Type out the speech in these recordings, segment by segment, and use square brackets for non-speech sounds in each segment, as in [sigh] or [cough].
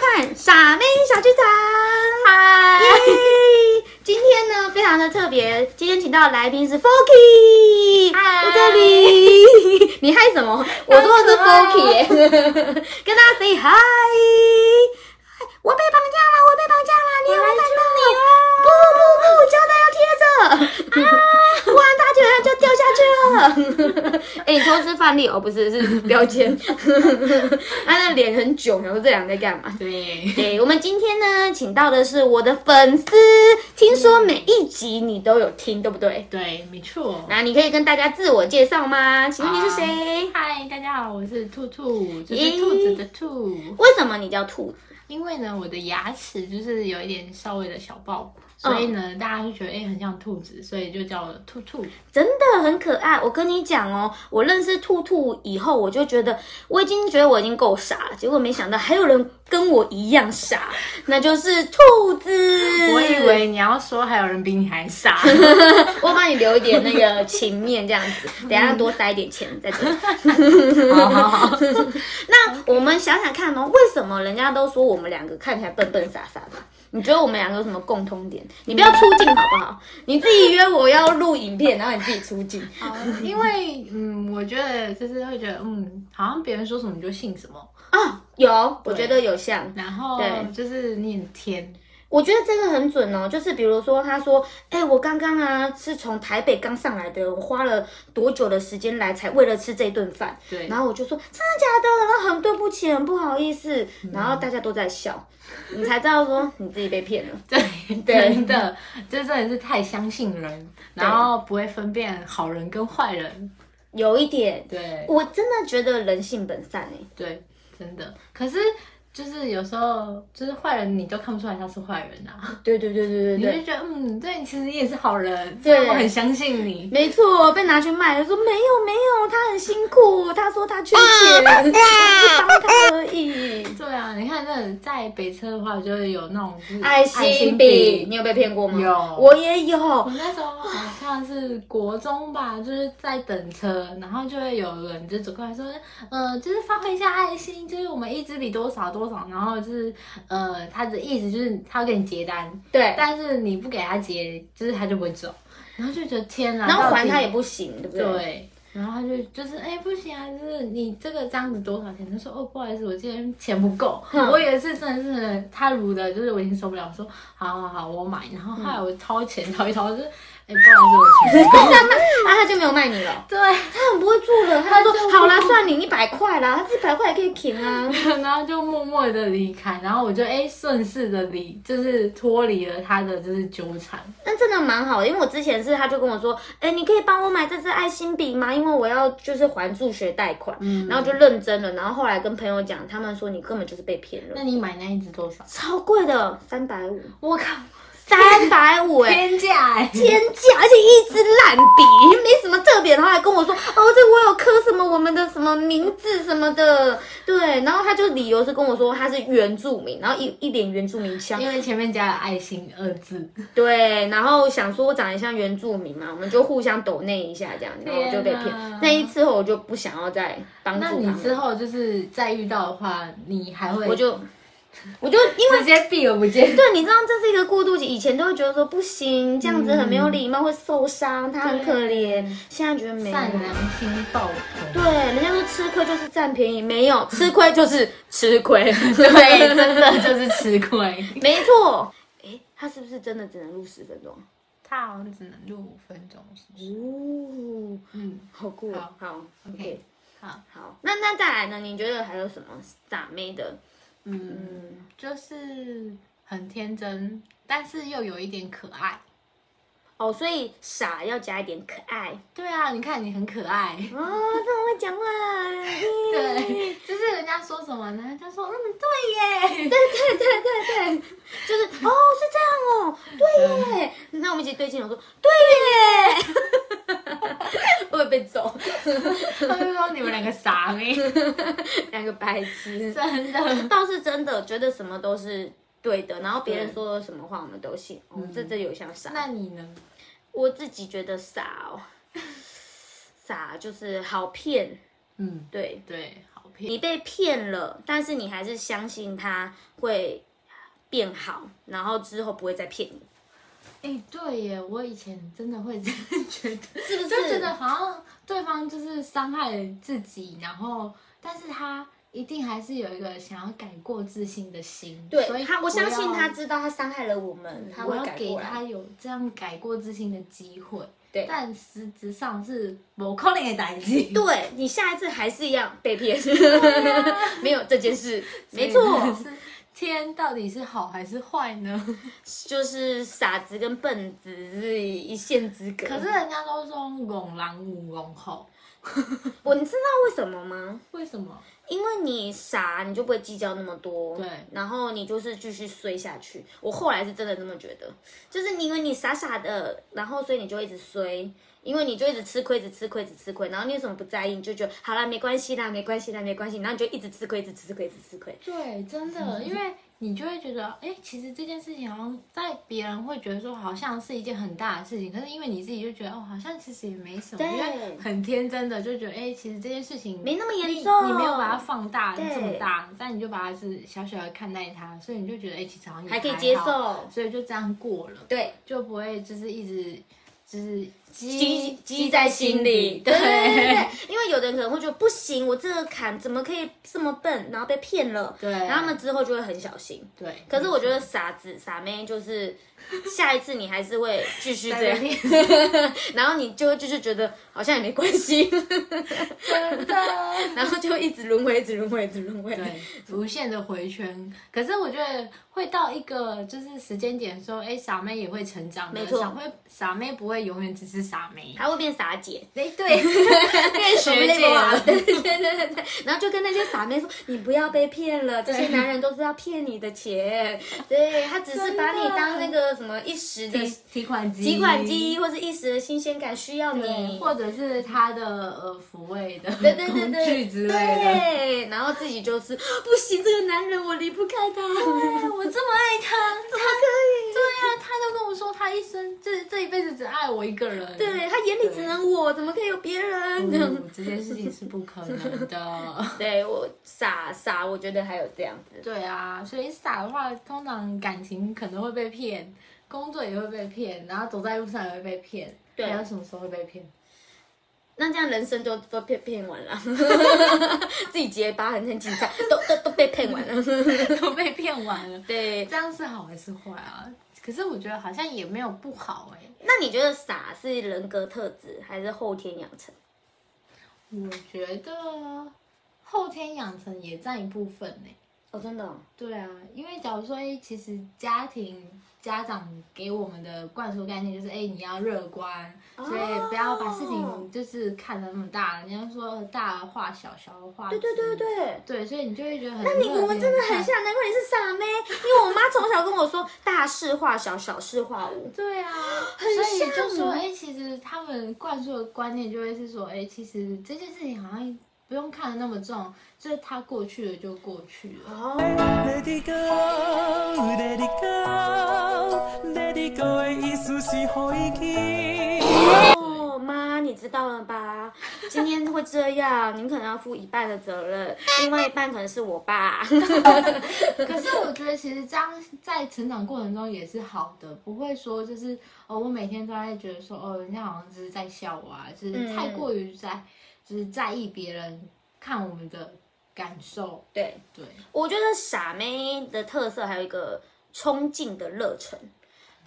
看《傻妹小剧场》。嗨耶！今天呢，非常的特别，今天请到的来宾是 Foki，嗨在这里。 [laughs] 你嗨什么？我说的是 Foki，耶 [laughs] 跟大家 say hi。我被绑架了，我被绑架了，你有没有看到？不不不，胶带要贴着。啊！ [laughs] 哇，他居然就掉下去了。 [laughs] 哎、你偷吃范例哦，不是，是标 [laughs] 签。他那脸很囧，然后这两个在干嘛？对，对，我们今天呢，请到的是我的粉丝，听说每一集你都有听，对不对？对，没错。那你可以跟大家自我介绍吗？请问你是谁？嗨，大家好，我是兔兔，就耶是兔子的兔。为什么你叫兔子？因为呢，我的牙齿就是有一点稍微的小爆鼓，所以呢，大家会觉得哎、很像兔子，所以就叫我兔兔。真的很可爱。我跟你讲哦，我认识兔兔以后，我就觉得我已经觉得我已经够傻了，结果没想到还有人跟我一样傻，那就是兔 [laughs] 子。 [laughs] 我以为你要说还有人比你还傻，我帮你留一点那个情面这样子，等一下多塞一点钱在这里。好好 [laughs] 好，那我们想想看哦，为什么人家都说我们两个看起来笨笨傻傻的？你觉得我们两个有什么共通点？你不要出镜好不好？你自己约我要录影片，然后你自己出镜。因为嗯，我觉得就是会觉得嗯，好像别人说什么你就信什么，啊有，我觉得有像。然后对就是你很天，我觉得这个很准哦，就是比如说他说，哎、我刚刚啊是从台北刚上来的，我花了多久的时间来才为了吃这顿饭，对，然后我就说真的假的，然后很对不起，很不好意思，然后大家都在笑，你才知道说你自己被骗了。 [laughs] 对，真的，就真的是太相信人，然后不会分辨好人跟坏人。有一点，对我真的觉得人性本善哎、对，真的。可是就是有时候，就是坏人你都看不出来他是坏人啊，对对对对对你对就，觉得嗯，对，其实你也是好人，对所以我很相信你。没错，被拿去卖，说没有没有，他很辛苦，他说他缺钱，我只帮他而已。对啊，你看这在北车的话，就是有那种就是爱心笔，笔。你有被骗过吗？有我也有我。那时候好像是国中吧，就是在等车，然后就会有人就走过来说，呃，就是发挥一下爱心，就是我们一支笔多少多少，然后就是呃，他的意思就是他要给你结单，对，但是你不给他结，就是他就不会走，然后就觉得天哪，然后还到他底也不行，对不对？ [laughs] 对。然后他就就是哎、不行啊，就是你这个这样子多少钱？他说哦不好意思，我今天钱不够。嗯我也是真的是他如的，就是我已经受不了，我说好啊好好我买。然后后来我掏钱掏一掏，就是哎、不好意思，我钱不够。那啊他就没有卖你了。对，他很不会做人，他就他说就好啦，算你一百块啦，他这一百块也可以停啊。然后就默默的离开，然后我就哎顺势的离，就是脱离了他的就是纠缠。那真的蛮好的，因为我之前是他就跟我说，哎、你可以帮我买这支爱心笔吗？因为我要就是还助学贷款，然后就认真了，然后后来跟朋友讲，他们说你根本就是被骗了，那你买那一只多少？超贵的，三百五，我靠，三百 [laughs] 五哎。天价哎、天价，而且一支烂笔，没什么特别，然后还跟我说，哦，这我有刻什么我们的什么名字什么的，对，然后他就理由是跟我说他是原住民，然后一一脸原住民腔，因为前面加了爱心二字。对，然后想说我长得像原住民嘛，我们就互相抖内一下这样，然后我就被天骗哪。那一次后我就不想要再帮助那他你们，之后就是再遇到的话，你还会我就我就因为直接避而不见。对，你知道这是一个过渡期，以前都会觉得说不行，这样子很没有礼貌，会受伤，他很可怜。现在觉得没有。善良心爆棚。对，人家说吃亏就是占便宜，没有吃亏就是吃 [laughs] 亏，对，真的 [laughs] 就是吃亏。没错。诶，他是不是真的只能录十分钟？他好像只能录五分钟，是不是？哦，嗯，好酷哦！好 o k 好，好，那那再来呢？你觉得还有什么傻妹的？嗯，嗯，就是很天真，但是又有一点可爱。哦，所以傻要加一点可爱对啊，你看你很可爱。哦，这么会讲话。啊对 [laughs] 对，就是人家说什么呢？就说嗯，对耶。对对对对，就是哦，是这样哦，对耶。那我们一起对镜头说，对耶。 [laughs] 会不会被揍？他就说你们两个傻妹，两个白痴。真的。倒是真的觉得什么都是对嗯的，然后别人说什么话我们都信，我们、这这有像傻。那你呢？我自己觉得傻哦，傻就是好骗，嗯，对，对，好骗。你被骗了，但是你还是相信他会变好，然后之后不会再骗你，哎、对耶，我以前真的会这样觉得，是不是？就觉得好像对方就是伤害了自己，然后但是他一定还是有一个想要改过自新的心。所以对他，我不要相信他知道他伤害了我们，他我会要改给过来他。有这样改过自新的机会。对但实质上是不可能的代志。对你下一次还是一样被骗，啊 [laughs] 没有这件事，没 [laughs] 错，是天到底是好还是坏呢？就是傻子跟笨子是一线之隔。可是人家都说 [laughs] 拱狼五拱后，我，你知道为什么吗？为什么？因为你傻，你就不会计较那么多，对然后你就是继续衰下去。我后来是真的这么觉得，就是你因为你傻傻的，然后所以你就一直衰，因为你就一直吃亏，一直吃亏，一直吃亏，然后你有什么不在意，你就觉得好啦，没关系啦，没关系啦，没关系，然后你就一直吃亏，一直吃亏，一直吃亏。对，真嗯的，因为你就会觉得，哎、其实这件事情好像在别人会觉得说好像是一件很大的事情，可是因为你自己就觉得哦，好像其实也没什么，对因为很天真的就觉得，哎、其实这件事情没那么严你重你没有把它放大对这么大，但你就把它是小小的看待它，所以你就觉得，哎、其实好像也还可以好接受所以就这样过了。对，就不会就是一直就是积积积在心里，对对对对对，因为有的人可能会觉得不行，我这个坎怎么可以这么笨，然后被骗了，对然后他们之后就会很小心。对。可是我觉得傻子傻妹就是下一次你还是会继续这再被样， [laughs] 然后你就会就是觉得哦好像也没关 [laughs] 系，真 [laughs] 的。然后就一直轮回，一直轮回，一直轮回。对， [laughs] 无限的回圈。可是我觉得会到一个就是时间点说，哎、傻妹也会成长的，没错傻会傻妹不会永远只是傻妹。 [laughs] 还会变傻姐，哎、 [laughs] 对，变学姐了。对对对对对，啊 [laughs] 然后就跟那些傻妹说：“你不要被骗了，这些男人都是要骗你的 [laughs] 钱，对他只是把你当那个什么一时的提提款机，提款机或者一时的新鲜感需要你对，，或者是他的呃抚慰的对对对工对，具之类的。对，然后自己就是啊不行，这个男人我离不开他，哎对我这么爱他，他啊可对呀、他就跟我说，他一生这这一辈子只爱我一个人。以，对他眼里只能我，怎么可以有别人？嗯，这件事情是不可能的。 [laughs] 对我傻傻，我觉得还有这样子，对啊，所以傻的话，通常感情可能会被骗，工作也会被骗，然后走在路上也会被骗。对还有什么时候会被骗？ [laughs] 那这样人生就都被骗完了， [laughs] 自己结巴很很紧张，都都都被骗完了。都被骗完了，对，这样是好还是坏啊？可是我觉得好像也没有不好哎、那你觉得傻是人格特质还是后天养成？我觉得后天养成也占一部分哎、哦，真的哦、对啊，因为假如说，哎、其实家庭家长给我们的灌输概念就是，哎、你要乐观，哦所以不要把事情就是看得那么大。人家说大化小，小化对对对对对对。对，所以你就会觉得很那你我们真的很像。像，难怪你是傻妹，因为我妈从小跟我说大事化小，小事化无。对啊，很所以就像哦说，哎、其实他们灌输的观念就会是说，哎、其实这件事情好像不用看得那么重，就是它过去了就过去了。哦， Let it go, let it go, let it go 的意思是让伊去。哦，妈，你知道了吧？今天会这样，您可能要负一半的责任，另外一半可能是我 [laughs] 爸。可是我觉得其实这样在成长过程中也是好的，不会说就是哦，我每天都在觉得说哦，人家好像就是在笑我啊，就是太过于在、就是在意别人看我们的感受，对，对，我觉得傻妹的特色还有一个冲劲的热忱。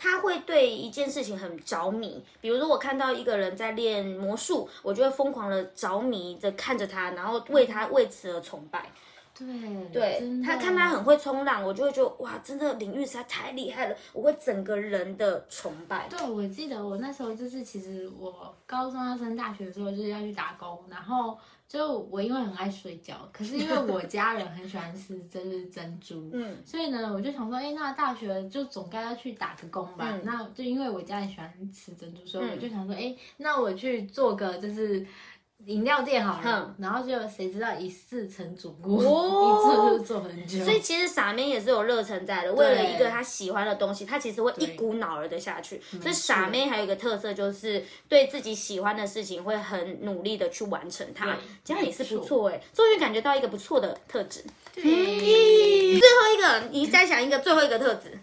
她会对一件事情很着迷，比如说我看到一个人在练魔术，我就会疯狂的着迷着看着他，然后为他为此而崇拜。对，对哎真的他看他很会冲浪，我就会觉得哇，真的领域实在太厉害了，我会整个人的崇拜。对，我记得我那时候就是，其实我高中要升大学的时候就是要去打工，然后就我因为很爱睡觉，可是因为 [laughs] 我家人很喜欢吃就是珍珠，嗯，所以呢，我就想说，哎、那大学就总该要去打个工吧。嗯那就因为我家里喜欢吃珍珠，所以嗯我就想说，哎、那我去做个就是饮料店好了。哼然后就谁知道一试成主顾，哦 [laughs] 一做就做很久，所以其实傻妹也是有热忱在的，为了一个她喜欢的东西，她其实会一股脑儿的下去。所以傻妹还有一个特色就是对自己喜欢的事情会很努力的去完成它对，这样也是没错不错哎、终于感觉到一个不错的特质。 [laughs] 对最后一个，你再想一个最后一个特质，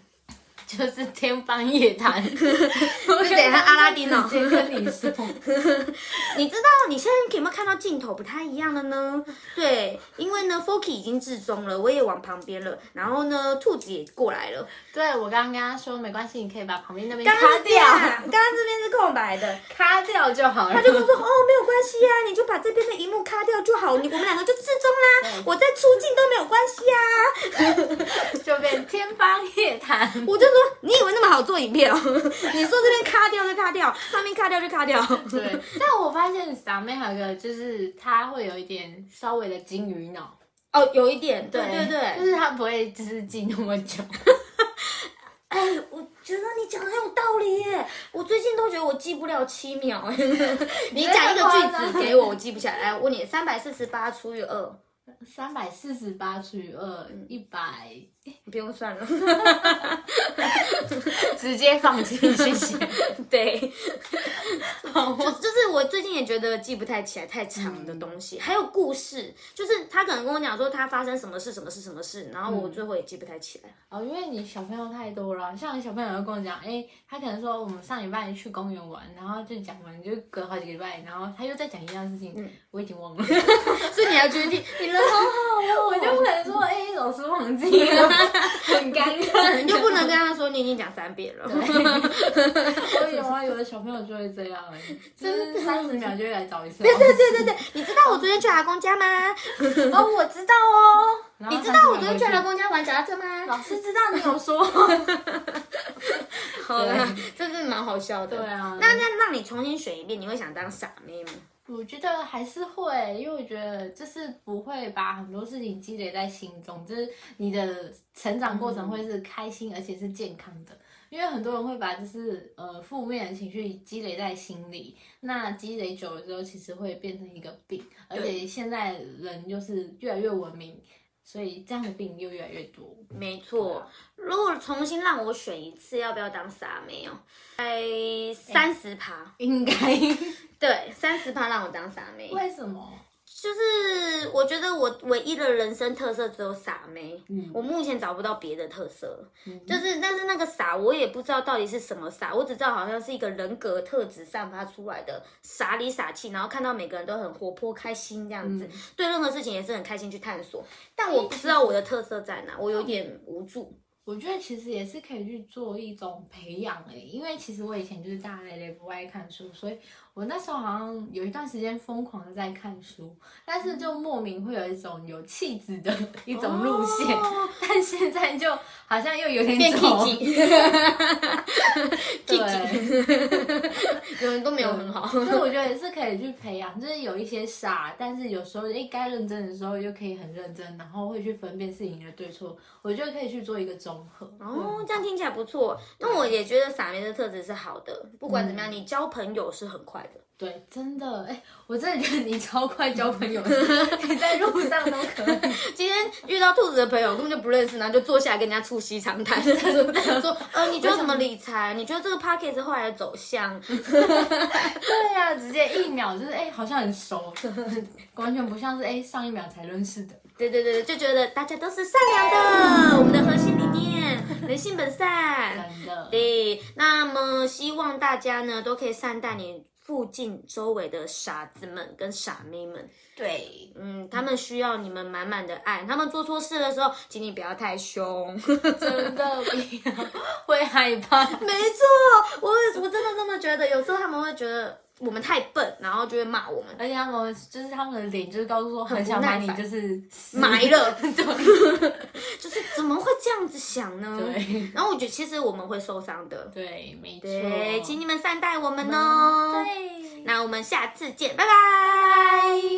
就是天方 [laughs] 夜谭。我是等一下阿拉丁哦直接跟你说，你知道你现在有没有看到镜头不太一样了呢？对，因为呢 f o k y 已经至中了，我也往旁边了，然后呢，兔子也过来了。对我刚刚跟他说没关系，你可以把旁边那边刚卡刚是这掉样，刚刚这边是空白 [laughs] 的，卡掉就好了。他就跟我说：“哦，没有关系啊，你就把这边的荧幕卡掉就好，你我们两个就至中啦，我再出镜都没有关系啊。就变天方夜谭。” [laughs] 我就说：“你以为那么好做影片哦？ [laughs] 你说这边卡掉就卡掉，上面卡掉就卡掉。”对，但我发现傻妹还有一个就是她会有一点稍微的金鱼脑，哦，有一点，对对就对，是她不会就是记那么久。哎，我觉得你讲的很有道理耶，我最近都觉得我记不了七秒。 [laughs] 你讲一个句子给我，我记不起来。哎来，我问你，三百四十八除以二，三百四十八除以二，嗯一百，你不用算了。 [laughs] 直接放弃，谢谢。对。好就就是我最近也觉得记不太起来太长的东西，还有故事，就是他可能跟我讲说他发生什么事、什么事、什么事，然后我最后也记不太起来。哦，因为你小朋友太多了，像你小朋友会跟我讲，哎、他可能说我们上礼拜去公园玩，然后就讲完就隔好几个礼拜，然后他又再讲一样事情，我已经忘了，所以你要决定，你 [laughs] 人好好哦，我就不能说，哎、老师忘记了，很尴尬，你就不能跟他说你已经讲三遍了。 [laughs] 我有啊，有的小朋友就会这样、哎，就是三十秒就会来找一次。对对对对，你知道我昨天去阿公家吗？哦，我知道哦。你知道我昨天去阿公家玩脚踏车吗？老师知道你有说。好啦，这是蛮好笑的。对啊那那让你重新选一遍，你会想当傻妹吗？我觉得还是会，因为我觉得就是不会把很多事情积累在心中，就是你的成长过程会是开心，而且是健康的。因为很多人会把就是呃负面的情绪积累在心里，那积累久了之后，其实会变成一个病。而且现在人就是越来越文明，所以这样的病又越来越多。没错，如果重新让我选一次，要不要当傻妹哦？在三十趴，应该对，三十趴让我当傻妹，为什么？就是我觉得我唯一的人生特色只有傻妹，嗯我目前找不到别的特色了，嗯就是但是那个傻我也不知道到底是什么傻，我只知道好像是一个人格特质散发出来的傻里傻气，然后看到每个人都很活泼开心这样子，嗯哎对任何事情也是很开心去探索，但我不知道我的特色在哪，我有点无助。我觉得其实也是可以去做一种培养诶、因为其实我以前就是大咧咧不爱看书，所以我那时候好像有一段时间疯狂的在看书，但是嗯就莫名会有一种有气质的 [laughs] 一种路线，哦但现在就好像又有点变走 Kitty， [laughs] 对，有人都没有很好。所以我觉得也是可以去培养，就是有一些傻，但是有时候诶该认真的时候又可以很认真，然后会去分辨事情的对错，我觉得可以去做一个综合。哦，这样听起来不错。但我也觉得傻妹的特质是好的，不管怎嗯么样，你交朋友是很快的。对，真的，哎、我真的觉得你超快交朋友的，你在路上都可以。 [laughs] 今天遇到兔子的朋友根本就不认识，然后就坐下来跟人家促膝长谈， [laughs] 说呃，你觉得怎么理财？你觉得这个 p a c k a g e 后来的走向？对呀、直接一秒就是，哎、好像很熟，完全不像是哎、上一秒才认识的。对对对，就觉得大家都是善良的，我们的核心理念，人性本善。真的，对，那么希望大家呢都可以善待你附近周围的傻子们跟傻妹们。对，嗯，他们需要你们满满的爱。他们做错事的时候，请你不要太凶。真的不要会害怕。没错，我我真的这么觉得。有时候他们会觉得我们太笨，然后就会骂我们而且他们就是他们的脸，就是告诉我很想把你就是死埋了，嗯 [laughs] 对 [laughs] 就是怎么会这样子想呢？对然后我觉得其实我们会受伤的。对，没错。嗯对，请你们善待我们哦。对。那我们下次见，拜拜